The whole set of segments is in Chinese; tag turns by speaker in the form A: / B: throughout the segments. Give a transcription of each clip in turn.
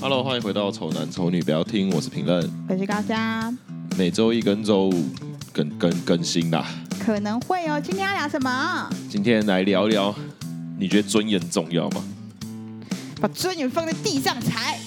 A: Hello，欢迎回到《丑男丑女》，不要听，我是评论，
B: 我是高嘉，
A: 每周一跟周五更更更新啦。
B: 可能会哦。今天要聊什么？
A: 今天来聊聊，你觉得尊严重要吗？
B: 把尊严放在地上踩。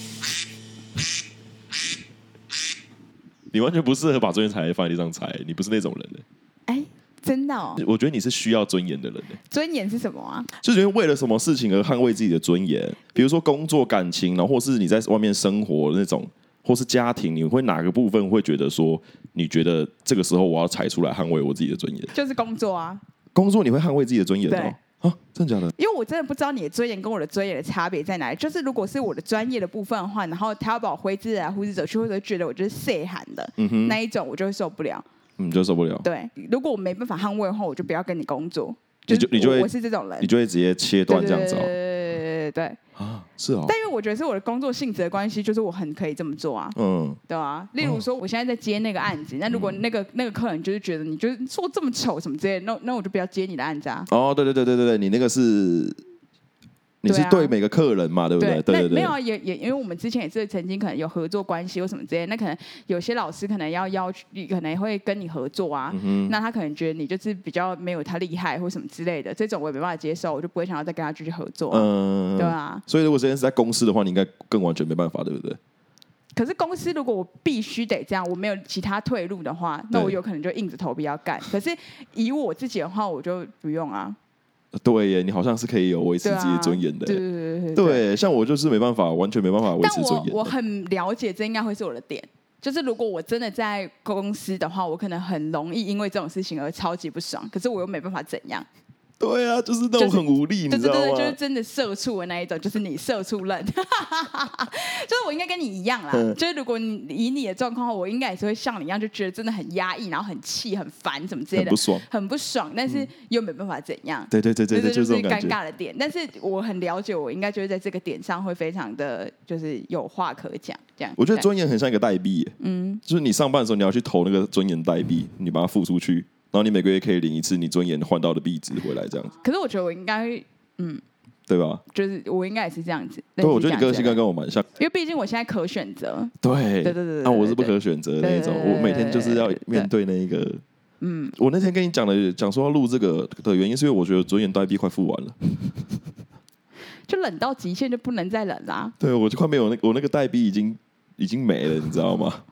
A: 你完全不适合把尊严踩在放在地上踩，你不是那种人嘞。
B: 哎，真的哦，
A: 我觉得你是需要尊严的人嘞，
B: 尊严是什么啊？
A: 就是因为为了什么事情而捍卫自己的尊严，比如说工作、感情，然后或是你在外面生活那种，或是家庭，你会哪个部分会觉得说，你觉得这个时候我要踩出来捍卫我自己的尊严？
B: 就是工作啊，
A: 工作你会捍卫自己的尊严
B: 对
A: 吗？啊，真的假的？
B: 因为我真的不知道你的尊严跟我的尊严的差别在哪里。就是如果是我的专业的部分的话，然后他要把我挥之啊挥之走去，或者觉得我就是谁喊的、
A: 嗯哼，
B: 那一种，我就会受不了。
A: 你嗯就受不了，
B: 对，如果我没办法捍卫的话，我就不要跟你工作。
A: 你就是你就
B: 我
A: 会
B: 我是这种人
A: 你，就会直接切
B: 对
A: 断这样子
B: 对
A: 哦。
B: 对对对。
A: 啊，是哦，
B: 但因为我觉得是我的工作性质的关系，就是我很可以这么做啊。
A: 嗯，
B: 对啊，例如说我现在在接那个案子，那如果那个那个客人就是觉得你就是做这么丑什么之类的，那那我就不要接你的案子啊。
A: 哦，对对对对对对，你那个是。你是
B: 对啊
A: 对每个客人嘛，对不对？对对
B: 那
A: 对
B: 没有，啊也也因为我们之前也是曾经可能有合作关系或什么之类的，那可能有些老师可能要要求，可能会跟你合作啊，
A: 嗯
B: 那他可能觉得你就是比较没有他厉害或什么之类的，这种我也没办法接受，我就不会想要再跟他继续合作啊、
A: 嗯，
B: 对啊，
A: 所以如果这件事在公司的话，你应该更完全没办法，对不对？
B: 可是公司如果我必须得这样，我没有其他退路的话，那我有可能就硬着头皮要干。可是以我自己的话，我就不用啊。
A: 对耶，你好像是可以有维持
B: 对
A: 自己
B: 啊，
A: 的尊严的
B: 对
A: 耶。
B: 对对对对对。
A: 对，像我就是没办法，完全没办法维
B: 但
A: 持尊
B: 我
A: 严
B: 我
A: 的。
B: 很了解，这应该会是我的点。就是如果我真的在公司的话，我可能很容易因为这种事情而超级不爽，可是我又没办法怎样。
A: 对啊，就是那种
B: 就是
A: 很无力，你
B: 对
A: 知
B: 对
A: 道
B: 对，对就是
A: 吗？
B: 真的社畜的那一种，就是你社畜 人，就是我应该跟你一样啦。
A: 嗯
B: 就是如果你以你的状况，我应该也是会像你一样，就觉得真的很压抑，然后很气、很烦什么之类
A: 很
B: 的
A: 不，爽。嗯
B: 很不爽，但是又没办法怎样。
A: 对对对对
B: 这
A: 对，
B: 就是
A: 这种
B: 尴
A: 感觉。
B: 尬的点。但是我很了解，我应该就是在这个点上会非常的，就是有话可讲这样。
A: 我觉得
B: 对
A: 尊严很像一个代币耶，
B: 嗯，
A: 就是你上班的时候你要去投那个尊严代币，你把它付出去，然后你每个月可以领一次你尊严换到的币值回来，这样子，
B: 可是我觉得我应该，嗯，对
A: 对吧？
B: 就是我应该也是这样子。
A: 对，我觉得你个性
B: 跟，
A: 跟跟我蛮像。
B: 因为毕竟我现在可选择，
A: 对
B: 对对对对
A: 那我是不
B: 对
A: 可选择的那一种，
B: 对对对
A: 我每天就是要面对那一个。嗯，我那天跟你讲的，讲说要录这个的原因，是因为我觉得尊严代币快付完了，
B: 就冷到极限就不能再冷啦、
A: 对我就快没有那我那个代币已经已经没了，你知道吗？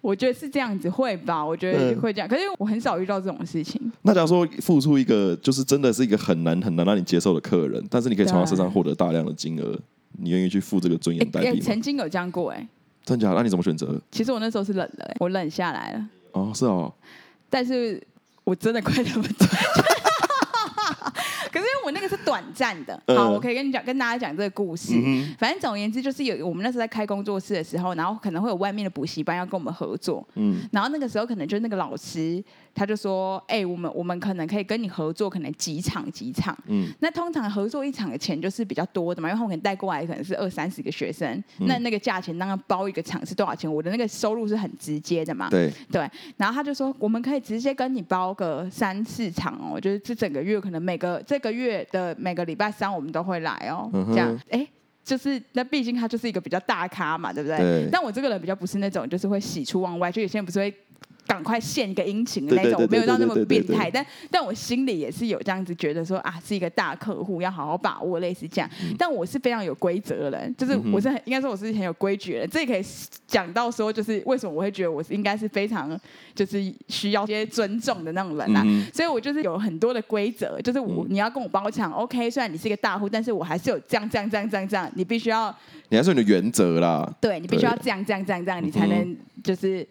B: 我觉得是这样子会吧，我觉得会这样。可是我很少遇到这种事情，
A: 那假如说付出一个就是真的是一个很难很难让你接受的客人，但是你可以从他
B: 对
A: 身上获得大量的金额，你愿意去付这个尊
B: 哎
A: 严、代
B: 哎
A: 币吗？
B: 曾经有这样过哎、
A: 真假的？那你怎么选择？
B: 其实我那时候是冷了、哎我冷下来了，
A: 哦，是哦，
B: 但是我真的快忍不住。 可是因为我那个是短暂的，
A: 嗯
B: 好，我可以跟你讲，跟大家讲这个故事。
A: 嗯
B: 反正总而言之，就是有我们那时候在开工作室的时候，然后可能会有外面的补习班要跟我们合作，
A: 嗯
B: 然后那个时候可能就那个老师他就说，哎、我们我们可能可以跟你合作，可能几场几场。
A: 嗯
B: 那通常合作一场的钱就是比较多的嘛，因为他们可能带过来可能是二三十个学生，
A: 嗯
B: 那那个价钱当然包一个场是多少钱，我的那个收入是很直接的嘛。
A: 对，
B: 然后他就说，我们可以直接跟你包个三四场哦，就是这整个月可能每个这个月的每个礼拜三我们都会来哦，
A: 嗯哼
B: 这样哎。就是那，毕竟他就是一个比较大咖嘛，对不对？
A: 对嗯
B: 但我这个人比较不是那种，就是会喜出望外，就有些人不是会赶快献一个殷勤的那
A: 对
B: 种，
A: 对对
B: 我没有到那么
A: 对对对
B: 变
A: 对
B: 态，但但我心里也是有这样子觉得说啊，是一个大客户，要好好把握，类似这样。但我是非常有规则的人，就是
A: 嗯哼
B: 我是很应该说我是很有规矩的人，这也可以讲到说，就是为什么我会觉得我是应该是非常就是需要一些尊重的那种人啦、啊
A: 嗯
B: 所以我就是有很多的规则，就是我、你要跟我包场，OK，虽然你是一个大户，但是我还是有这样这样这样这样这样，你必须要
A: 你还是有你的原则啦，
B: 对你必须
A: 对嗯
B: 要这样这样这样这样，你才能就是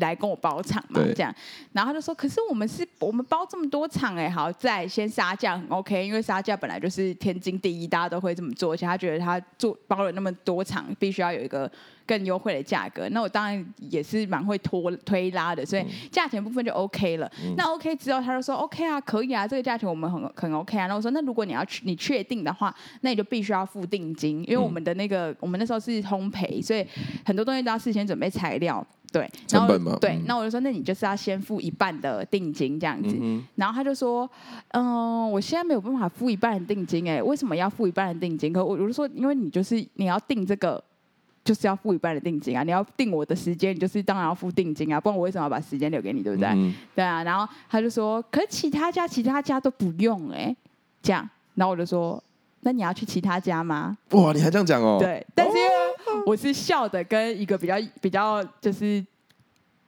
B: 来跟我包场嘛，
A: 对
B: 这样。然后他就说，可是我们是我们包这么多场哎、好，再先杀价很 OK，因为杀价本来就是天经地义，大家都会这么做，而且他觉得他做包了那么多场，必须要有一个更优惠的价格。那我当然也是蛮会拖推拉的，所
A: 嗯
B: 以价钱部分就 OK 了。那 OK 之后，他就说 OK 啊，可以啊，这个价钱我们很很 OK 啊。那我说，那如果你要去你确定的话，那你就必须要付
C: 嗯
B: 定金，因为我们的那个、我们那时候是烘焙，所以很多东西都要事先准备材料。对，
C: 成
B: 然后
C: 本嘛
B: 对
C: 嗯，
B: 那我就说，那你就是要先付一半的定金这样子。
A: 嗯
B: 然后他就说，嗯，我现在没有办法付一半的定金，哎，为什么要付一半的定金？可我我就说，因为你就是你要定这个，就是要付一半的定金啊，你要定我的时间，你就是当然要付定金啊，不然我为什么要把时间留给你，对不对？
A: 嗯
B: 对啊，然后他就说，可是其他家其他家都不用哎、这样，然后我就说，那你要去其他家吗？
C: 哇，你还这样讲哦？，
B: 对，但是因为我是笑的，跟一个比较比较就是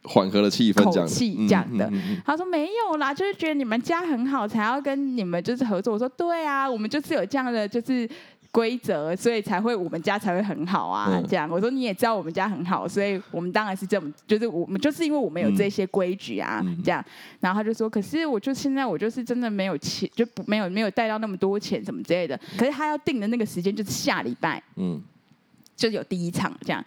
C: 缓和了气氛
B: 口
C: 这样。
A: 嗯
B: 气这样的。
C: 嗯
B: 他说没有啦，就是觉得你们家很好，才要跟你们就是合作。我说对啊，我们就是有这样的就是规则，所以才会我们家才会很好啊。
C: 嗯
B: 这样我说你也知道我们家很好，所以我们当然是这么，就是我们就是因为我们有这些规矩啊，
C: 嗯
B: 这样。然后他就说，可是我就现在我就是真的没有钱，就不没有没有带到那么多钱什么之类的。可是他要定的那个时间就是下礼拜。
C: 嗯，
B: 就有第一场这样。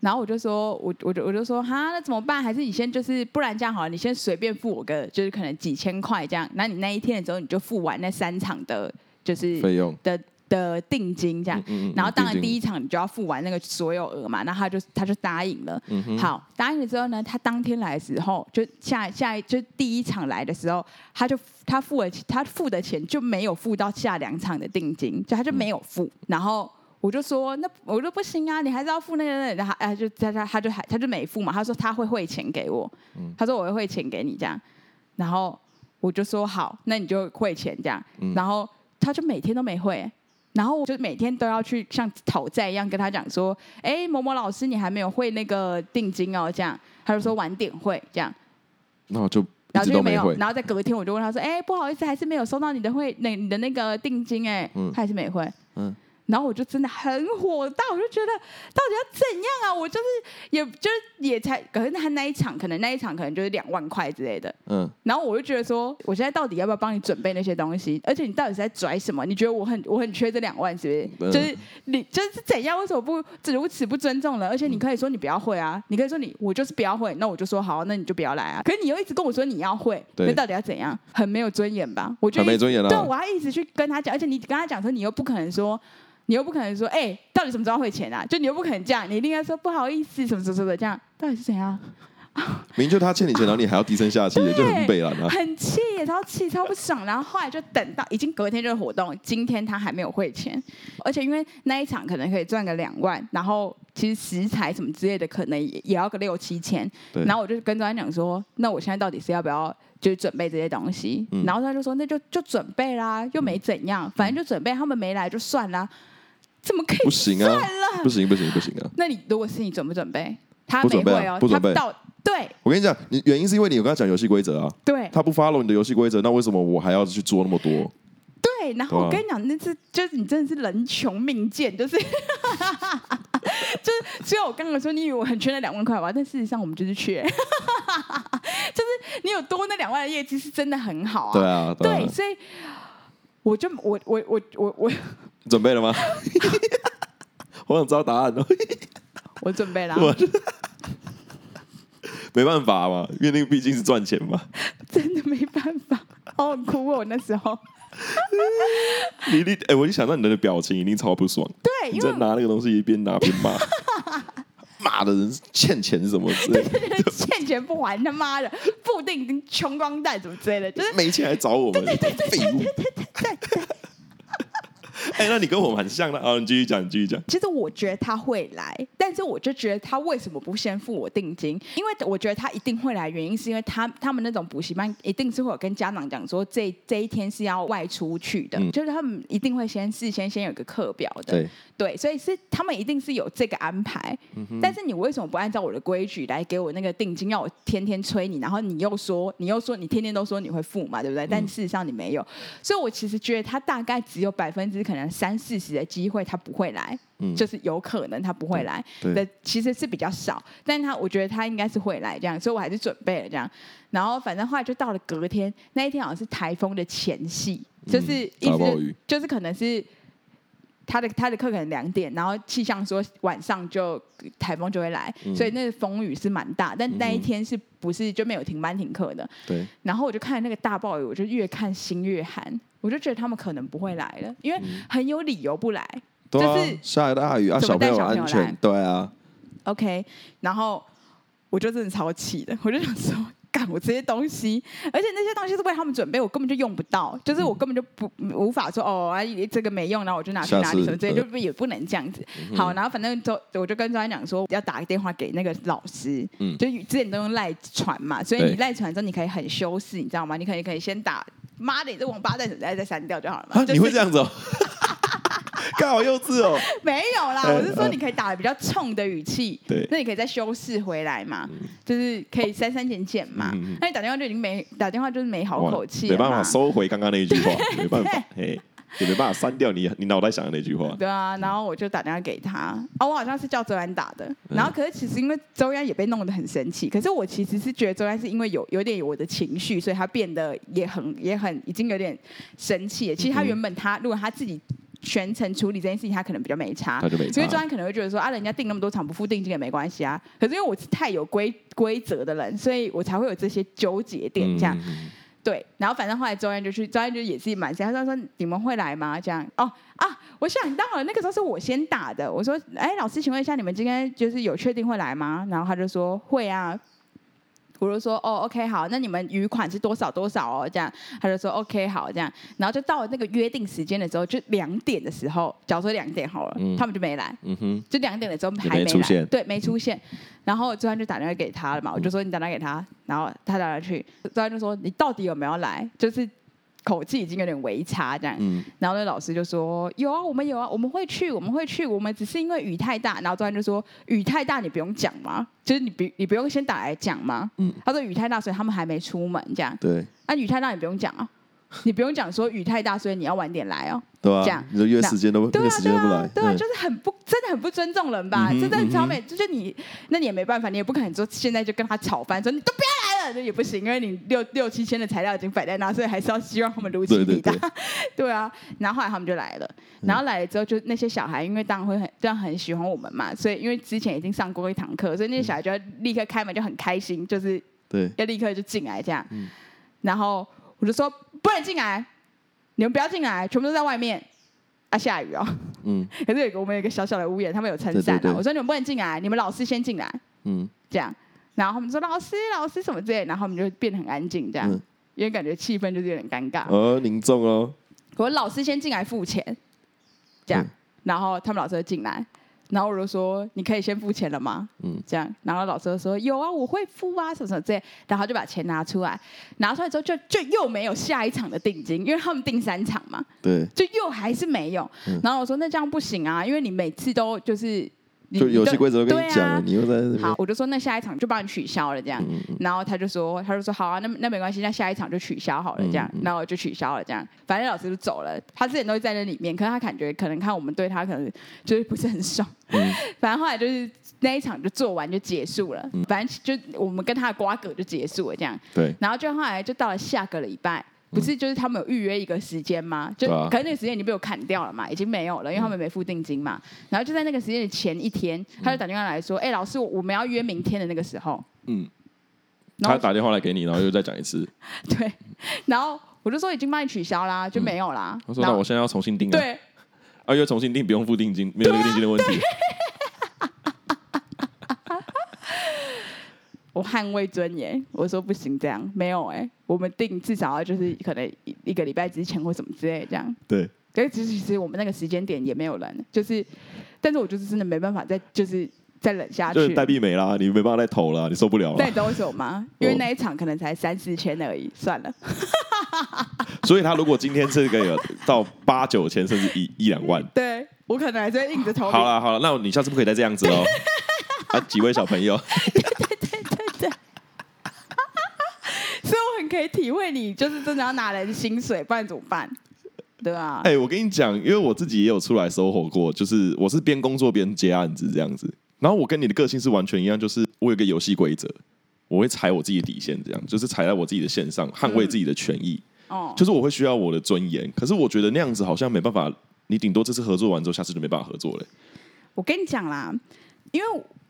B: 然后我就说，我我就我就说，哈，那怎么办？还是你先就是，不然这样好了，你先随便付我个，就是可能几千块这样。那你那一天的时候，你就付完那三场的，就是
C: 费用。
B: 的的定金这样。
C: 嗯
B: 然后当然第
C: 一，
B: 一场你就要付完那个所有额嘛，然后他就他就答应了。
C: 嗯哼，
B: 好，答应了之后呢，他当天来的时候，就下下一就第一场来的时候，他就他付了他付的钱就没有付到下两场的定金，就他就没有付，然后。我就说，那我就不行啊，你还是要付那个，然后哎，就他他他就还他就没付嘛，他说他会汇钱给我，他说我会汇钱给你这样，然后我就说好，那你就汇钱这样，
C: 嗯
B: 然后他就每天都没汇，然后我就每天都要去像讨债一样跟他讲说，哎，某某老师你还没有汇那个定金哦，这样，他就说晚点汇这样，
C: 那我就一
B: 然
C: 直
B: 后
C: 都
B: 就没有，
C: 会。
B: 然后在隔天我就问他说，哎，不好意思，还是没有收到你的汇那你的那个定金哎，
C: 嗯
B: 他还是没汇，
C: 嗯
B: 然后我就真的很火大，我就觉得到底要怎样啊？我就是也就是也才，可是他那一场可能那一场可能就是两万块之类的，
C: 嗯，
B: 然后我就觉得说，我现在到底要不要帮你准备那些东西？而且你到底是在拽什么？你觉得我很我很缺这两万是不
C: 嗯
B: 是？就是你就是怎样？为什么不如此不尊重了？而且你可以说你不要会啊，你可以说你我就是不要会，那我就说好，那你就不要来啊。可是你又一直跟我说你要会，
C: 对
B: 那到底要怎样？很没有尊严吧？我觉
C: 很
B: 得
C: 没尊
A: 啊
C: 严啊
B: 对，
C: 了。
B: 我要一直去跟他讲，而且你跟他讲说，你又不可能说，你又不可能说，哎、到底什么时候汇钱啊？就你又不可能这样，你一定要说不好意思，什么什么什么这样，到底是怎样？
C: 明就他欠你钱，然后你还要低声下气的，就很北了啊。
B: 很气，超气，超不爽。然后后来就等到已经隔天就是活动，今天他还没有汇钱，而且因为那一场可能可以赚个两万，然后其实食材什么之类的可能也也要个六七千。
C: 对
B: 然后我就跟专家讲说，那我现在到底是要不要就是准备这些东西？
C: 嗯
B: 然后他就说，那就就准备啦，又没怎样，反正就准备，他们没来就算啦。怎么可以
C: 不行 啊，不行不行不行啊！
B: 那你如果是你准不准备？他
C: 不
B: 没
C: 准备
B: 会
C: 啊
B: 哦，
C: 不准备
B: 他到对
C: 我跟你讲，你原因是因为你有跟他讲游戏规则啊，
B: 对
C: 他不 follow 你的游戏规则，那为什么我还要去做那么多？
B: 对，然后
C: 对啊
B: 我跟你讲，那次就是你真的是人穷命贱，就是就是，所以我刚刚说你以为我很缺那两万块吧，但事实上我们就是缺， 就是你有多那两万的业绩是真的很好
C: 对
B: 啊，
C: 啊，啊
B: 对，所以我就我我我我我
C: 你准备 了吗？我想知道答案哦，
B: 我准备了啊，
C: 我 没办法嘛，因为那个毕竟是赚钱嘛。
B: 真的没办法，好想哭哦，我那时候
C: 你你哎、我一想到你的表情，一定超不爽。
B: 对，
C: 你
B: 因
C: 在
B: 为
C: 拿那个东西一边拿边骂， 骂的人欠钱是什么之类的，
B: 欠钱不还，他妈的，付定已经穷光蛋什么之类的，就是
C: 没钱还找我们，废物。 哎，那你跟我蛮像的啊！你继续讲，你继续讲。
B: 其实我觉得他会来，但是我就觉得他为什么不先付我定金？因为我觉得他一定会来，原因是因为他他们那种补习班一定是会有跟家长讲说这这一天是要外出去的，
C: 嗯
B: 就是他们一定会先事先先有一个课表的，
C: 对，
B: 对所以是他们一定是有这个安排。
C: 嗯
B: 但是你为什么不按照我的规矩来给我那个定金？要我天天催你，然后你又说你又说你天天都说你会付嘛，对
C: 嗯
B: 不对？但事实上你没有，所以我其实觉得他大概只有百分之可能三四十的机会他不会来。
C: 嗯
B: 就是有可能他不会来
C: 对
B: 的，其实是比较少，但他我觉得他应该是会来这样，所以我还是准备了这样。然后反正后来就到了隔天，那一天好像是台风的前戏，就是
A: 嗯
B: 一
C: 嗯大
B: 直
C: 暴雨
B: 就是可能是他的他的课可能两点，然后气象说晚上就台风就会来，
C: 嗯
B: 所以那个风雨是蛮大，但那一天是不是就没有停班停课的？
C: 对，
B: 然后我就看那个大暴雨，我就越看心越寒，我就觉得他们可能不会来了，因为
C: 嗯
B: 很有理由不来。
C: 对
B: 就是
C: 啊，下大雨啊，
B: 怎
C: 朋
B: 么带
C: 友
B: 小朋友
C: 安全
B: 来，
C: 对啊，
B: OK，然后我就真的超气的，我就想说，干我这些东西，而且那些东西是为他们准备，我根本就用不到，就是我根本就不无法说哦啊这个没用，然后我就拿去
A: 下
B: 哪里
A: 次
B: 什么之类，
A: 呃
B: 就不也不能这样子。
A: 嗯
B: 好，然后反正周我就跟周安讲说，要打个电话给那个老师，
A: 嗯
B: 就之前都用赖传嘛，所以
A: 对
B: 你赖传之后，你可以很修饰，你知道吗？你可以可以先打。妈的，你这王八蛋，再再删掉就好了嘛。
A: 啊，
B: 就是
A: 你会这样子哦？ 干好幼稚哦！
B: 没有啦，
A: 哎
B: 我是说你可以打比较冲的语气，
A: 对嗯
B: 那你可以再修饰回来嘛，就是可以删删减减嘛。那你打电话就已经没打电话就是没 好
A: 哇
B: 口气，啊
A: 没办法，收回刚刚那一句话，没办法，嘿，也没办法删掉你你脑袋想的那句话。
B: 对啊，然后我就打电话给他，哦，我好像是叫周安打的，
A: 嗯
B: 然后可是其实因为周安也被弄得很生气，可是我其实是觉得周安是因为有有点有我的情绪，所以他变得也很也很已经有点生气了。其
A: 嗯
B: 实他原本他如果他自己。全程处理这件事情，他可能比较没差，
A: 他就没差
B: 所以周安可能啊会觉得说啊，人家订那么多场不付定金也没关系啊。可是因为我是太有规规则的人，所以我才会有这些纠结点这样。
A: 嗯
B: 对，然后反正后来周安就去，周安就也是蛮生气，他说说你们会来吗？这样哦啊，我想到了，那个时候是我先打的，我说哎，老师，请问一下，你们今天就是有确定会来吗？然后他就说会啊。我就说哦，OK，好，那你们余款是多少多少哦，这样，他就说 OK，好，这样，然后就到了那个约定时间的时候，就两点的时候，假如说两点好了，
A: 嗯
B: 他们就没来，
A: 嗯哼，
B: 就两点的时候还
A: 也没
B: 来
A: 出现嗯
B: 对，没出现。然后周安就打电话给他了嘛，我就说你打电话给他，然后他打电话去，周安就说你到底有没有来？就是口气已经有点微差这样。
A: 嗯
B: 然后那老师就说有啊，我们有啊，我们会去，我们会去，我们只是因为雨太大。然后周安就说雨太大，你不用讲吗？就是你不你不用先打来讲吗？
A: 嗯
B: 他说雨太大，所以他们还没出门这样。
A: 对
B: 啊，雨太大你不用讲啊，你不用讲说雨太大，所以你要晚点来哦。
A: 对
B: 这
A: 吧
B: 样？
A: 你说约时间都
B: 对
A: 那
B: 啊
A: 个时间都不来，
B: 对啊，对啊，
A: 嗯
B: 就是很不，真的很不尊重人吧？
A: 嗯哼
B: 真的超美，就是你，那你也没办法，你也不可能说现在就跟他吵翻，说你都不要来了，这也不行，因为你六六七千的材料已经摆在那，所以还是要希望他们如期
A: 对
B: 抵
A: 对
B: 达。
A: 对 嗯
B: 对啊，然后后来他们就来了，然后来了之后，就那些小孩，因为当然会很，当然很喜欢我们嘛，所以因为之前已经上过一堂课，所以那些小孩就要立刻开门就很开心，就是
A: 对，
B: 要立刻就进来这样。
A: 嗯
B: 然后我就说不能进来，你们不要进来，全部都在外面。啊，下雨哦。
A: 嗯
B: 可是有一个我们有一个小小的屋檐，他们有撑
A: 对对
B: 伞啊。
A: 对
B: 我说你们不能进来，你们老师先进来，
A: 嗯
B: 这样。然后他们说老师老师什么之类，然后我们就变得很安静这样，
A: 嗯，
B: 因为感觉气氛就是有点尴尬。
A: 哦，凝重哦，
B: 我说老师先进来付钱，这样
A: 嗯，
B: 然后他们老师就进来，然后我就说你可以先付钱了吗？
A: 嗯
B: 这样，然后老师就说有啊，我会付啊，什么什么之类，然后他就把钱拿出来，拿出来之后就就又没有下一场的定金，因为他们定三场嘛，
A: 对，
B: 就又还是没有。
A: 嗯
B: 然后我说那这样不行啊，因为你每次都就是你
A: 就游
B: 你
A: 戏
B: 都
A: 规则都跟
B: 对
A: 你讲了，
B: 啊
A: 你又在那边
B: 好，，我就说那下一场就帮你取消了这样。
A: 嗯嗯
B: 然后他就说，他就说好啊，那那没关系，那下一场就取消好了
A: 嗯
B: 这样，
A: 嗯
B: 然后就取消了这样，反正老师就走了。他之前都会在那里面，可是他感觉可能看我们对他可能就是不是很爽，
A: 嗯
B: 反正后来就是那一场就做完就结束了，反正就我们跟他的瓜葛就结束了这样，
A: 对，
B: 然后就后来就到了下个礼拜。不是，就是他们有预约一个时间吗？就、
A: 对啊
B: 可能那个时间已经被我砍掉了嘛，已经没有了，因为他们没付定金嘛。然后就在那个时间的前一天，他就打电话来说：“哎、老师，我我们要约明天的那个时候。”
A: 嗯，他
B: 然后
A: 打电话来给你，然后又再讲一次，
B: 对，然后我就说已经帮你取消啦，就没有啦。
A: 他说那
B: 然
A: 嗯
B: 后
A: 我现在要重新定啊，
B: 对，
A: 啊，又重新定，不用付定金，没有那个定金的问题，
B: 我捍卫尊严，我说不行，这样没有哎、我们定至少要就是可能一一个礼拜之前或什么之类的这样。
A: 对，
B: 可是其实其实我们那个时间点也没有人，就是，但是我就是真的没办法再就是再忍啊下
A: 就是
B: 去。
A: 代币没啦，你没办法再投了，你受不了了
B: 但你，知道为什么吗？因为那一场可能才三四千而已，算了。
A: 所以他如果今天这个有到八九千，甚至一一两万，
B: 对我可能还是硬着头皮
A: 好了好了，那你下次不可以再这样子喽。啊，几位小朋友，
B: 所以我很可以体会你，就是真的要拿人薪水，不然怎么办？对啊，
A: 哎、我跟你讲，因为我自己也有出来收获过，就是我是边工作边接案子这样子。然后我跟你的个性是完全一样，就是我有个游戏规则，我会踩我自己的底线，这样就是踩在我自己的线上，捍卫自己的权益。
B: 哦，
A: 就是我会需要我的尊严，可是我觉得那样子好像没办法。你顶多这次合作完之后，下次就没办法合作了。
B: 我跟你讲啦，因为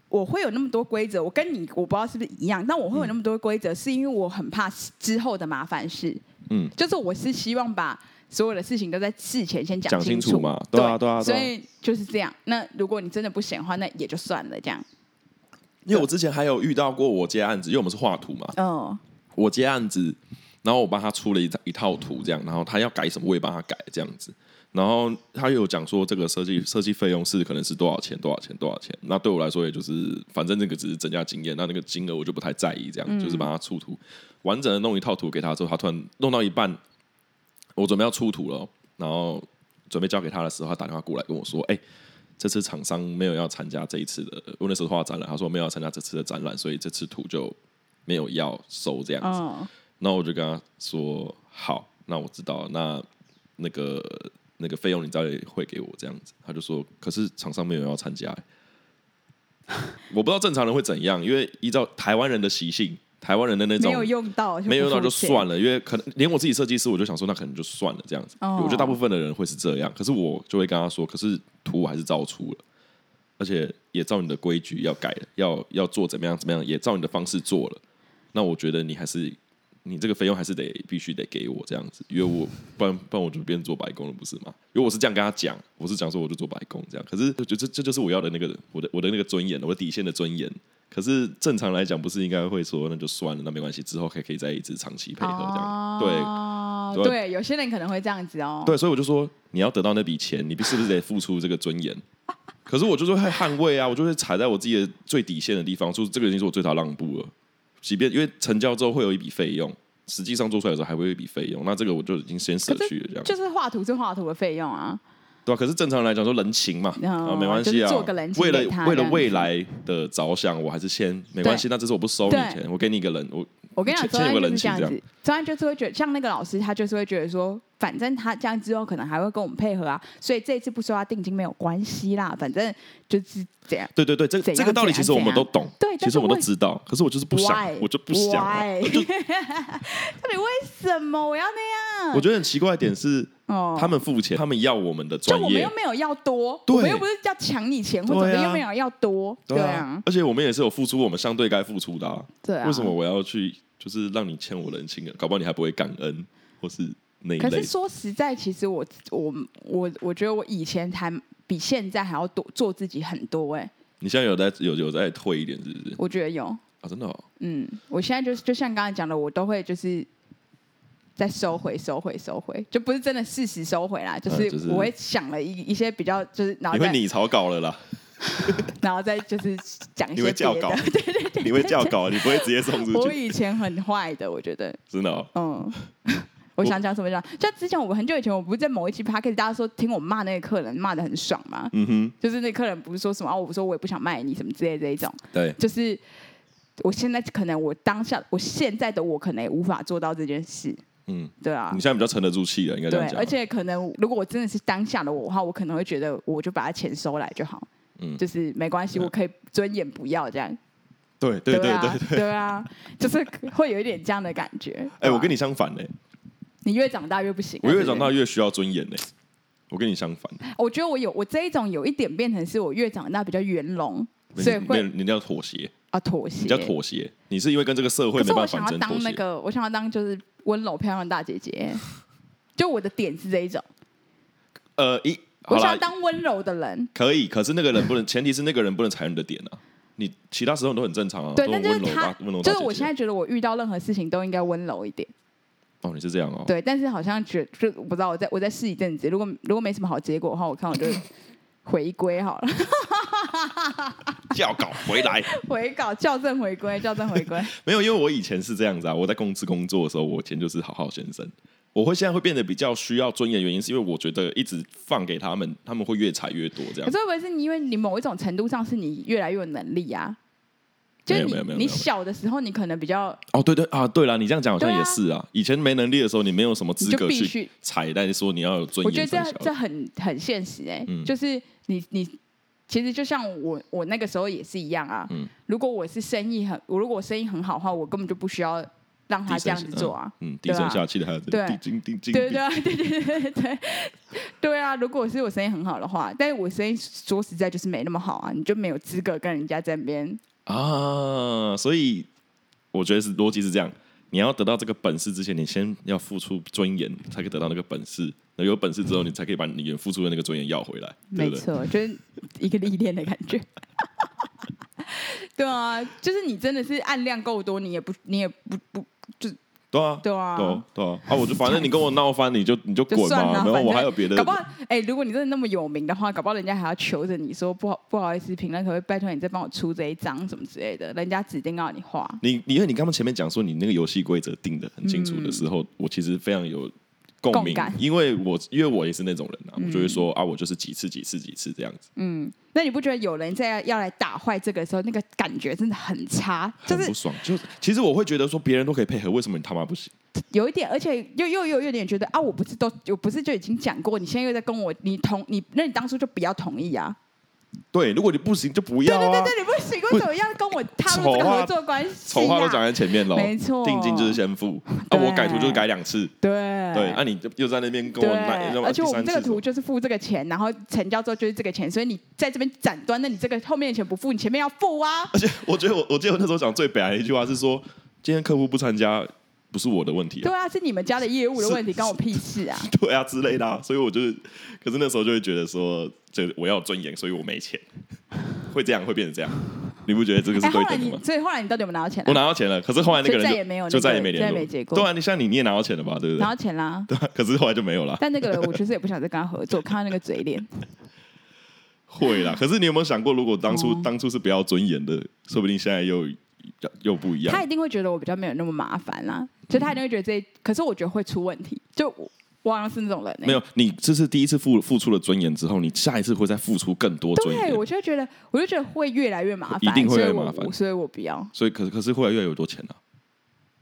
B: 我会有那么多规则，我跟你我不知道是不是一样，但我会有那么多规则，是因为我很怕之后的麻烦事。
A: 嗯，
B: 就是我是希望把所有的事情都在事前先讲
A: 讲
B: 清
A: 清楚嘛
B: 对
A: 对啊对啊对啊
B: 所以就是这样。那如果你真的不行的话，那也就算了，这样。
A: 因为我之前还有遇到过我接案子，因为我们是画图嘛，
B: 嗯，
A: 我接案子，然后我帮他出了一张一套图，这样，然后他要改什么我也帮他改，这样子。然后他有讲说这个设计设计费用是可能是多少钱多少钱多少钱，那对我来说也就是反正这个只是增加经验，那那个金额我就不太在意，这样、就是帮他出图完整的弄一套图给他之后，他突然弄到一半，我准备要出图了，然后准备交给他的时候，他打电话过来跟我说：“哎、这次厂商没有要参加这一次的，呃我那时候画展览，他说没有要参加这次的展览，所以这次图就没有要收这样子。
B: 嗯，
A: 那我就跟他说：“好，那我知道了，那那个那个费用你再汇给我这样子。”他就说：“可是厂商没有要参加、欸我不知道正常人会怎样，因为依照台湾人的习性，台湾人的那
B: 没
A: 种
B: 有用到，
A: 没有用到就
B: 了。
A: 算了，因为可能连我自己设计师，我就想说那可能就算了这样子。
B: 哦
A: 我觉得大部分的人会是这样，可是我就会跟他说，可是图我还是照出了，而且也照你的规矩要改了，要要做怎么样怎么样，也照你的方式做了。那我觉得你还是你这个费用还是得必须得给我这样子，因为我不然不然我就变做白工了，不是吗？因为我是这样跟他讲，我是讲说我就做白工这样，可是就就这这就是我要的那个我的我的那个尊严，我的底线的尊严。可是正常来讲，不是应该会说那就算了，那没关系，之后可以可以在一直长期配合这样。对
B: 哦
A: 对
B: 对，有些人可能会这样子哦。
A: 对，所以我就说你要得到那笔钱，你是不是得付出这个尊严？ 可是我就是会捍卫啊，我就会踩在我自己的最底线的地方，说这个已经是我最大让步了。即便因为成交之后会有一笔费用，实际上做出来的时候还会有一笔费用，那这个我就已经先舍去了这样。
B: 就是画图是画图的费用啊，
A: 对啊，可是正常来讲说人情嘛，
B: 嗯
A: 啊，没关系
B: 就是
A: 啊，
B: 做个人情
A: 为了
B: 给他
A: 为
B: 这
A: 了
B: 样子
A: 未来的着想，我还是先没关系。那这次我不收你
B: 对
A: 钱，我给你一个人，我
B: 我跟你讲，
A: 欠
B: 昨
A: 欠
B: 天
A: 有个
B: 就是
A: 人
B: 这
A: 情
B: 样
A: 这样
B: 子，昨天就是会觉得，像那个老师，他就是会觉得说，反正他这样之后可能还会跟我们配合啊，所以这一次不收他定金没有关系啦，反正就是这样。
A: 对对对，这
B: 怎样
A: 这个道理其实我们都懂，
B: 怎样对
A: 其实我们
B: 但
A: 都
B: 是
A: 知道，可是我就是不想
B: Why？，
A: 我就不想啊，
B: Why？
A: 我就
B: 到底为什么我要那样？
A: 我觉得很奇怪的点是，
B: 哦
A: 他们付钱，他们要我们的
B: 就
A: 专
B: 我们
A: 业
B: 又，没有要多，
A: 对
B: 我们又不是要抢你钱或者怎么
A: 对
B: 样，
A: 啊
B: 又没有要多，对啊，
A: 而且我们也是有付出我们相对该付出的啊。
B: 对啊。
A: 为什么？我要去就是让你欠我人情啊？搞不好你还不会感恩，或是那一
B: 可是
A: 类。
B: 说实在，其实我我我我觉得我以前还比现在还要多做自己很多哎、
A: 你现在有在有有在退一点，是不是？
B: 我觉得有。
A: 啊，真的哦，
B: 嗯，我现在就是就像刚才讲的，我都会就是再收回、收回、收回，就不是真的事实收回啦，就
A: 嗯就是是
B: 我会想了一一些比较就是，然后
A: 你会
B: 再
A: 拟草稿了啦。
B: 然后再就是讲一
A: 你
B: 些
A: 会
B: 别
A: 校稿
B: 的。，
A: 你会校稿，你不会直接送出
B: 我
A: 去，
B: 以前很坏的，我觉得，
A: 真的、哦。
B: 嗯。我想讲什么讲？就之前我很久以前，我不是在某一期 p a c k a g e 大家说听我骂那个客人骂的很爽嘛，
A: 嗯哼，
B: 就是那客人不是说什么哦，我说我也不想卖你什么之类的这一种，
A: 对，
B: 就是我现在可能我当下我现在的我可能也无法做到这件事，
A: 嗯，
B: 对啊
A: 你现，在比较沉得住气了，应该这
B: 对
A: 样，讲。
B: 而，且可能如果我真的是当下的我的话，我可能会觉得我就把他钱收来就好，
A: 嗯
B: 就是没关系，
A: 嗯
B: 我可以尊严不要这样，
A: 对 对对
B: 啊
A: 对，，
B: 对啊，就是会有一点这样的感觉。
A: 哎，我跟
B: 对啊
A: 你相反呢，
B: 你越长大越不行啊，
A: 我越
B: 对不
A: 长
B: 对
A: 大越需要尊严呢。我跟你相反，
B: 我觉得我有我这一种有一点变成是我越长大比较圆融，
A: 你
B: 所以
A: 你
B: 会
A: 你叫妥协，
B: 啊妥协。
A: 你叫妥协，你是因为跟这个社会
B: 可
A: 没
B: 是我
A: 办法
B: 想
A: 反
B: 要
A: 争妥
B: 当那
A: 协。
B: 个，我想要当就是温柔漂亮大姐姐，就我的点是这一种，
A: 呃，一好
B: 我想
A: 啦
B: 要，当温柔的人。
A: 可以，可是那个人不能，前提是那个人不能踩你的点啊。你其他时候你都很正常啊，
B: 对，
A: 都
B: 但
A: 很
B: 就是
A: 温柔
B: 他
A: 大温柔，大
B: 就
A: 姐
B: 是我
A: 姐
B: 现在觉得我遇到任何事情都应该温柔一点，
A: 哦，你是这样 哦，
B: 对。但是好像觉就我不知道，我再我再试一阵子，如果如果没什么好结果的话，我看我就回归好了，
A: 教稿回来
B: 回稿校正回归，校正回归。
A: 没有，因为我以前是这样子啊，我在公司工作的时候，我以前就是好好先生。我会现在会变得比较需要尊严，原因是因为我觉得一直放给他们，他们会越踩越多这
B: 可
A: 样。
B: 是会不会是你因为你某一种程度上是你越来越有能力啊？就是
A: 没有没有没
B: 你
A: 有
B: 你
A: 没有
B: 小的时候你可能比较
A: 哦，对对啊，对了，你这样讲好像
B: 对啊
A: 也是啊。以前没能力的时候，你没有什么
B: 你
A: 资
B: 就
A: 格
B: 必
A: 去
B: 须
A: 踩，但是说你要有尊
B: 我觉
A: 严
B: 得
A: 分
B: 这
A: 晓。
B: 这很很现实哎、
A: 嗯
B: 就是你你其实就像我我那个时候也是一样啊。
A: 嗯
B: 如果我是生意很，我如果我生意很好的话，我根本就不需要让他
A: 低
B: 这
A: 声
B: 样子做啊。
A: 嗯，低
B: 对啊
A: 声下气的还有这
B: 对
A: 滴金滴金，
B: 对对啊，对对对对对对啊！如果是我生意很好的话，但是我生意说实在就是没那么好啊，你就没有资格跟人家在那边
A: 啊，所以我觉得是逻辑是这样：你要得到这个本事之前，你先要付出尊严，才可以得到那个本事。那有本事之后，你才可以把你原付出的那个尊严要回来，对
B: 没
A: 不对？
B: 错，就是一个历练的感觉。 对啊，就是你真的是按量够多，你也不你也不不
A: 对啊，
B: 对啊
A: 对啊，对啊，啊，我就反正你跟我闹翻，你就你就
B: 就
A: 滚
B: 算
A: 嘛，
B: 了，
A: 然后
B: 反
A: 我
B: 正
A: 还有别的
B: 搞，不好哎、如果你真的那么有名的话，搞不好人家还要求着你说不好不好意思，评论可不可以拜托你再帮我出这一张什么之类的，人家指定要你画。
A: 你你因为你刚刚前面讲说你那个游戏规则定的很清楚的时候，我其实非常有共
B: 嗯共
A: 鸣
B: 感，嗯
A: 因为我因为我也是那种人啊，我就会说啊，我就是几次几次几次这样子，
B: 那你不觉得有人在要来打坏这个时候，那个感觉真的很差，就
A: 很
B: 是
A: 不爽。就其实我会觉得说别人都可以配合，为什么你他妈不行？
B: 有一点，而且又又又有点觉得啊，我不是都我不是就已经讲过，你现在又在跟我你同你，那你当初就不要同意啊。
A: 对，如果你不行就不要
B: 对对
A: 啊
B: 对，对，你不行，为什么要跟我踏入这
A: 丑
B: 个
A: 话
B: 合作关系、啊？
A: 丑话都讲在前面喽，
B: 没错
A: 定金就是先付啊，
B: 对
A: 我改图就是改两次，
B: 对
A: 对，那你就又在那边跟
B: 对
A: 我奶，要，不
B: 而
A: 然
B: 且
A: 第
B: 我
A: 三
B: 们这
A: 次
B: 个
A: 什么
B: 图就是付这个钱，然后成交之后就是这个钱，所以你在这边斩断，那你这个后面的钱不付，你前面要付啊。
A: 而且我觉得我我记得我那时候讲最北来的一句话是说，今天客户不参加不是我的问题、啊
B: 对，啊，是你们家的业务的问题，关我屁事啊！
A: 对啊之类的、啊，所以我就是，可是那时候就会觉得说，这我要有尊严，所以我没钱，会这样会变成这样，你不觉得这个是
B: 哎，后
A: 对
B: 来
A: 等的
B: 你
A: 吗，？
B: 所以后来你到底有没有拿到钱啊
A: 我？拿到钱了，可是后来那个人
B: 就再也没有那个
A: 就再也没联
B: 再也
A: 络
B: 没结，果
A: 对啊，你像你你也拿到钱了吧，对不
B: 拿
A: 对？啊
B: 到钱啦，
A: 可是后来就没有了，
B: 但那个人我就是也不想再跟他合作，看他那个嘴 脸，
A: 会啦。可是你有没有想过，如果当
B: 哦
A: 初、当初是比较尊严的，说不定现在又又不一样
B: 他。一定会觉得我比较没有那么麻烦啦，就他一定会觉得这，可是我觉得会出问题，就我我好像是那种人、欸，
A: 没有，你这是第一次付付出了尊严之后，你下一次会再付出更多尊
B: 对，
A: 严。
B: 我就觉得，我就觉得会越来越麻烦，
A: 一定会越来越
B: 所以我
A: 麻烦
B: 所以我不要
A: 所以可可是后来越来越多钱了、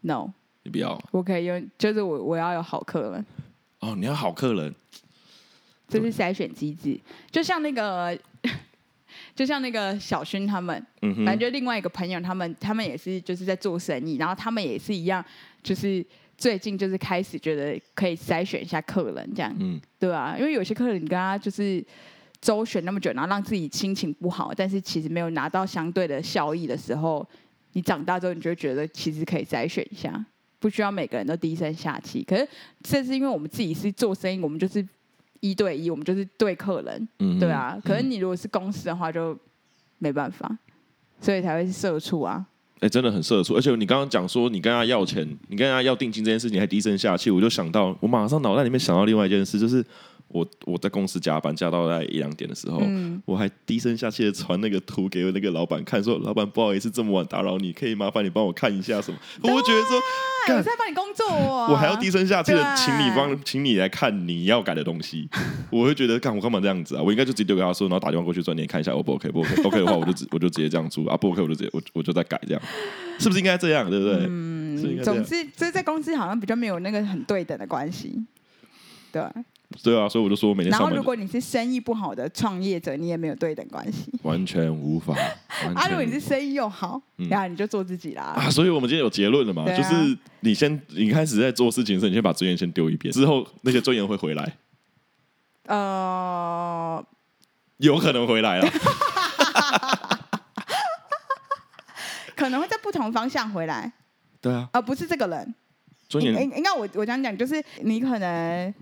B: ，no，
A: 你不要
B: 我可以用，就是我我要有好客人，
A: 哦，你要好客人，
B: 这是筛选机制，就像那个， 就像那个小勋他们，
A: 嗯
B: 反正
A: 哼，
B: 就另外一个朋友，他们他们也是就是在做生意，然后他们也是一样，就是最近就是开始觉得可以筛选一下客人这样，
A: 嗯，
B: 对啊，因为有些客人你跟他就是周旋那么久，然后让自己心情不好，但是其实没有拿到相对的效益的时候，你长大之后你就会觉得其实可以筛选一下，不需要每个人都低声下气。可是这是因为我们自己是做生意，我们就是一对一，我们就是对客人，
A: 嗯哼
B: 对啊。可是你如果是公司的话，就没办法，所以才会是社畜啊。
A: 哎、真的很社畜。而且你刚刚讲说你跟他要钱，你跟他要定金这件事情还低声下气，我就想到，我马上脑袋里面想到另外一件事，就是我我在公司加班加到大概一两点的时候，
B: 嗯
A: 我还低声下气的传那个图给那个老板看，说老板不好意思这么晚打扰你，可以麻烦你帮我看一下什么？我会觉得说，
B: 哎，
A: 干
B: 我在帮你工作、哦，
A: 我还要低声下气的
B: 对
A: 请你帮，请你来看你要改的东 西，我会觉得干我干嘛这样子啊？我应该就直接丢给他说，然后打电话过去说你看一下 O 不 OK 不 OK OK 的话，我就直我就直接这样出啊，不 OK 我就直接我我就再改这样，是不是应该这样？对不对？嗯，是应该这
B: 总
A: 样
B: 之，就是在公司好像比较没有那个很对等的关系，对。
A: 对啊，所以我就说我每天
B: 然
A: 上
B: 后，
A: 班
B: 如
A: 就
B: 果你是生意不好的创业者，你也没有对等关系。
A: 完全无法，完
B: 啊，
A: 全嗯
B: 如果你
A: 无
B: 是
A: 法
B: 生意又好，然后你就做自己啦。
A: 啊，所以我们今天有结论了嘛？
B: 对啊
A: 就是你先你开始在做事情的时候，你先把尊严先丢一边，之后那些尊严会回来，
B: 呃，
A: 有可能回来 了。
B: 可能会在不同方向回来，
A: 对啊，
B: 而、不是这个人。
A: 尊
B: 应
A: 严
B: 应应该我我想讲，就是你可能。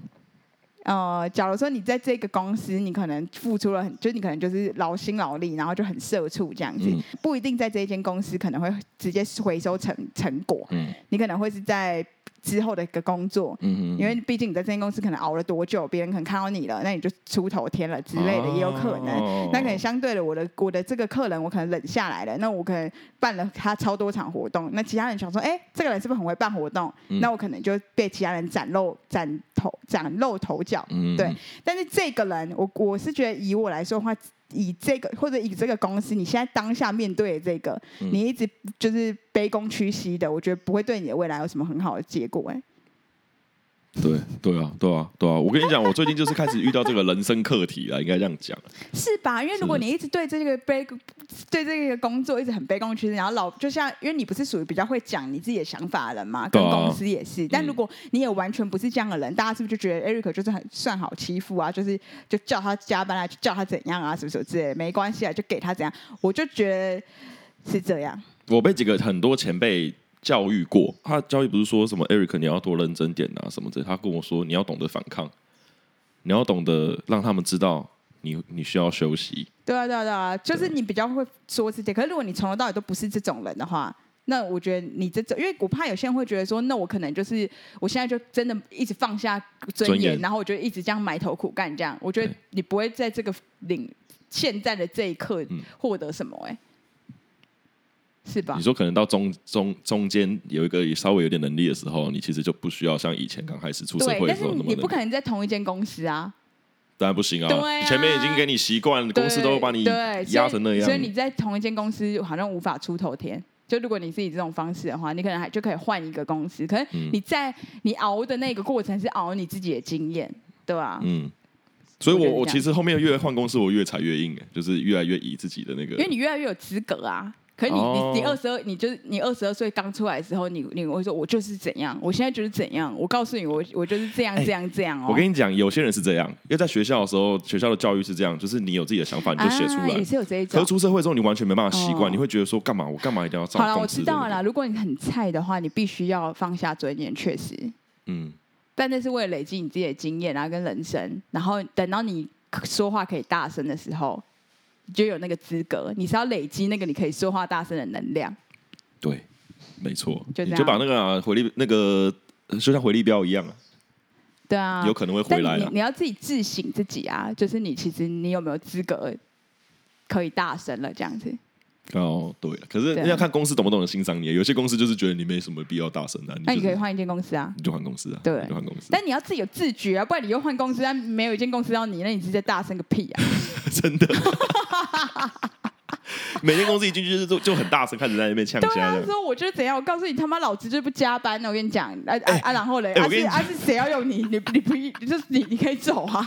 B: 呃，假如说你在这个公司，你可能付出了很，就是你可能就是劳心劳力，然后就很社畜这样子，
A: 嗯
B: 不一定在这一间公司可能会直接回收成成果，
A: 嗯
B: 你可能会是在之后的一个工作，
A: 嗯
B: 因为毕竟你在这间公司可能熬了多久，别人可能看到你了，那你就出头天了之类的，也有可能。
A: 哦
B: 那可能相对的，我的我的这个客人，我可能忍下来了，那我可能办了他超多场活动，那其他人想说，哎、这个人是不是很会办活动？
A: 嗯
B: 那我可能就被其他人崭露崭头崭露头角。
A: 嗯
B: 对但是这个人，我我是觉得以我来说的话，以这个或者以这个公司，你现在当下面对的这个，
A: 嗯
B: 你一直就是卑躬屈膝的，我觉得不会对你的未来有什么很好的结果、哎，
A: 对对啊，对啊，对啊！我跟你讲，我最近就是开始遇到这个人生课题了，应该这样讲。
B: 是吧？因为如果你一直对这个卑对这个工作一直很卑躬屈膝，然后老就像因为你不是属于比较会讲你自己的想法的人嘛，跟
A: 对啊
B: 公司也是。但如果你也完全不是这样的人，大家是不是就觉得 Eric 就是很算好欺负啊？就是就叫他加班啊，就叫他怎样啊，什么什么之类的，没关系啊，就给他怎样。我就觉得是这样。
A: 我被几个很多前辈教育过，他教育不是说什么 Eric 你要多认真点啊什么的，他跟我说你要懂得反抗，你要懂得让他们知道你你需要休息。
B: 对啊，对啊，对啊，就是你比较会说自己。可是如果你从头到尾都不是这种人的话，那我觉得你这种，因为我怕有些人会觉得说，那我可能就是我现在就真的一直放下尊严，
A: 尊严
B: 然后我就一直这样埋头苦干这样。我觉得你不会在这个领现在的这一刻获得什么、哎、是吧
A: 你？说可能到中中中间有一个稍微有点能力的时候，你其实就不需要像以前刚开始出社
B: 对，
A: 会的
B: 但
A: 时
B: 是
A: 候那么
B: 你不
A: 能
B: 可能在同一间公司啊，
A: 当然不行啊！
B: 对啊
A: 你前面已经给你习惯，公司
B: 对
A: 都会把你
B: 对
A: 压
B: 所以
A: 成那样。
B: 所以你在同一间公司好像无法出头天。就如果你是以这种方式的话，你可能还就可以换一个公司。可是
A: 嗯
B: 你在你熬的那个过程是熬你自己的经验，对吧、
A: 嗯，所以我
B: 我觉
A: 我其
B: 得是这样
A: 实后面越换公司，我越踩越硬、欸，就是越来越以自己的那个
B: 因为你越来越有资格啊。可是你、
A: 哦
B: 你你二十二，你就是你二十二岁刚出来的时候，你你会说我就是怎样，我现在就是怎样，我告诉你，我我就是这样
A: 哎
B: 这样这样哦。
A: 我跟你讲，有些人是这样，因为在学校的时候，学校的教育是这样，就是你有自己的想法你就写出
B: 啊、
A: 来
B: 也。是有这一
A: 可
B: 种
A: 是。出社会之后，你完全没办法习惯，
B: 哦
A: 你会觉得说干嘛？我干嘛一定要照
B: 好了，我
A: 公司
B: 知
A: 的那
B: 道了
A: 个
B: 啦。如果你很菜的话，你必须要放下尊严，确实。
A: 嗯，
B: 但那是为了累积你自己的经验啊，跟人生，然后等到你说话可以大声的时候，你就有那个资格。你是要累积那个你可以说话大声的能量。
A: 对，没错，
B: 就这样
A: 你就把那个、啊、回力那个，呃就像回力镖一样、啊，
B: 对啊，
A: 有可能会回来
B: 但你
A: 了
B: 你。你要自己自省自己啊，就是你其实你有没有资格可以大声了这样子？
A: 哦，对了，可是
B: 对啊
A: 要看公司懂不懂得欣赏你，有些公司就是觉得你没什么必要大声的、
B: 那
A: 就
B: 你
A: 是
B: 可以换一间公司啊。
A: 你就换公司啊，
B: 对
A: 你就换公司。
B: 但你要自己有自觉啊，不然你又换公司，但没有一间公司要你，那你是在大声个屁啊！
A: 真的。 每天公司一进去就是就就很大声，开始在那边呛
B: 对
A: 起来
B: 啊，
A: 这样。
B: 说我就是怎样，我告诉你他妈老子就是不加班的，我跟你讲，啊啊啊，然后嘞，
A: 哎
B: 啊
A: 我跟
B: 是
A: 你
B: 啊是谁要用你，你你不你就是你你可以走啊，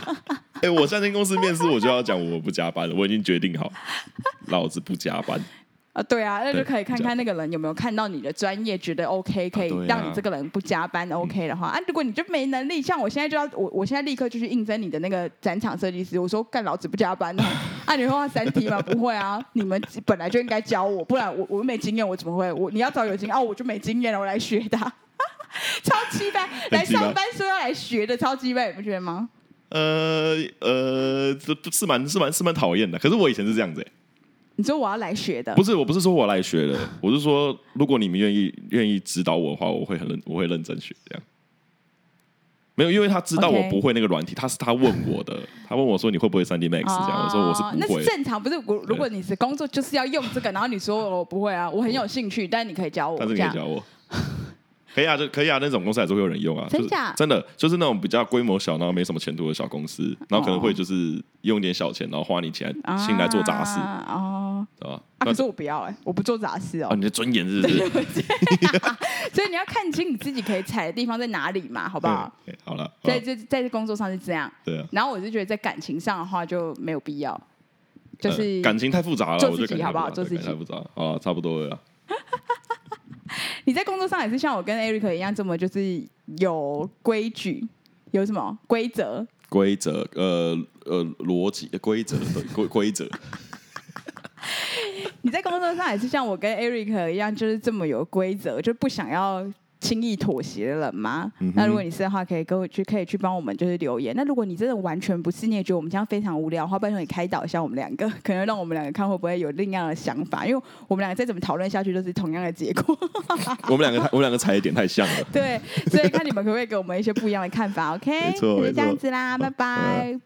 A: 哎、我上天公司面试，我就要讲我不加班了，我已经决定好，老子不加班。
B: 啊对啊，那就
A: 对
B: 可以看看那个人有没有看到你的专业，觉得 OK 可以
A: 对啊嗯
B: 让你这个人不加班 OK 的话，啊如果你就没能力，像我现在就要我我现在立刻就去应征你的那个展场设计师，我说干老子不 加班哦，啊你会画三 D 吗？不会啊，你们本来就应该教我，不然我我没经验我怎么会我你要找有经验啊我就没经验了，我来学的 啊。超期待来
A: 鸡掰
B: 上班说要来学的超级掰，你不觉得吗？
A: 呃呃，这这是蛮是蛮是蛮讨厌的。可是我以前是这样子、欸，
B: 你说我要来学的
A: 不，是我不是说我来学的，我是说如果你们愿意愿意指导我的话，我会很认我会认真学这样。没有，因为他知道
B: OK
A: 我不会那个软体，他是他问我的，他问我说你会不会三 D Max 这样，我说我是
B: 哦那
A: 不
B: 是
A: 会。
B: 正常，不是我。如果你是工作就是要用这个，然后你说哦我不会啊，我很有兴趣，但你可以教我，
A: 但是
B: 这
A: 你可以
B: 样
A: 教我。 可以啊，就可以啊，那种公司还是会有人用啊，
B: 真
A: 就是
B: 假
A: 真的就是那种比较规模小，然后没什么前途的小公司，然后可能会就是用点小钱，然后花你钱
B: 哦啊
A: 请来做杂事，
B: 哦。
A: 对吧？
B: 啊，
A: 那
B: 可是我不要哎，我不做杂事
A: 啊，
B: 哦
A: 你，的尊严是不是？
B: 所以你要看清你自己可以踩的地方在哪里嘛，好不好？
A: 对，好了，好
B: 在
A: 了
B: 这在这工作上是这样，
A: 对啊，
B: 然后我是觉得在感情上的话就没有必要，就是
A: 呃感情太复杂了，
B: 做
A: 我
B: 自
A: 觉
B: 己
A: 得感情
B: 好不好
A: 太复杂
B: 做自己
A: 感情太复杂，好了，差不多了啦。
B: 你在工作上也是像我跟 Eric 一样这么就是有规矩，有什么规则？
A: 规则，呃呃，逻辑规则，对规规则，
B: 你在工作上也是像我跟 Eric 一样，就是这么有规则，就不想要轻易妥协的人吗？
A: 嗯
B: 那如果你是的话，可以跟我去，可以去帮我们就是留言。那如果你真的完全不是，你也觉得我们这样非常无聊的话，拜托你开导一下我们两个， 可能让我们两个看会不会有另样的想法，因为我们两个再怎么讨论下去都是同样的结 果。
A: 我们两个太我们两个踩的点太像了。
B: 对，所以看你们可不可以给我们一些不一样的看法，OK？
A: 没错
B: 那就
A: 没
B: 这样
A: 错
B: 子啦，拜拜。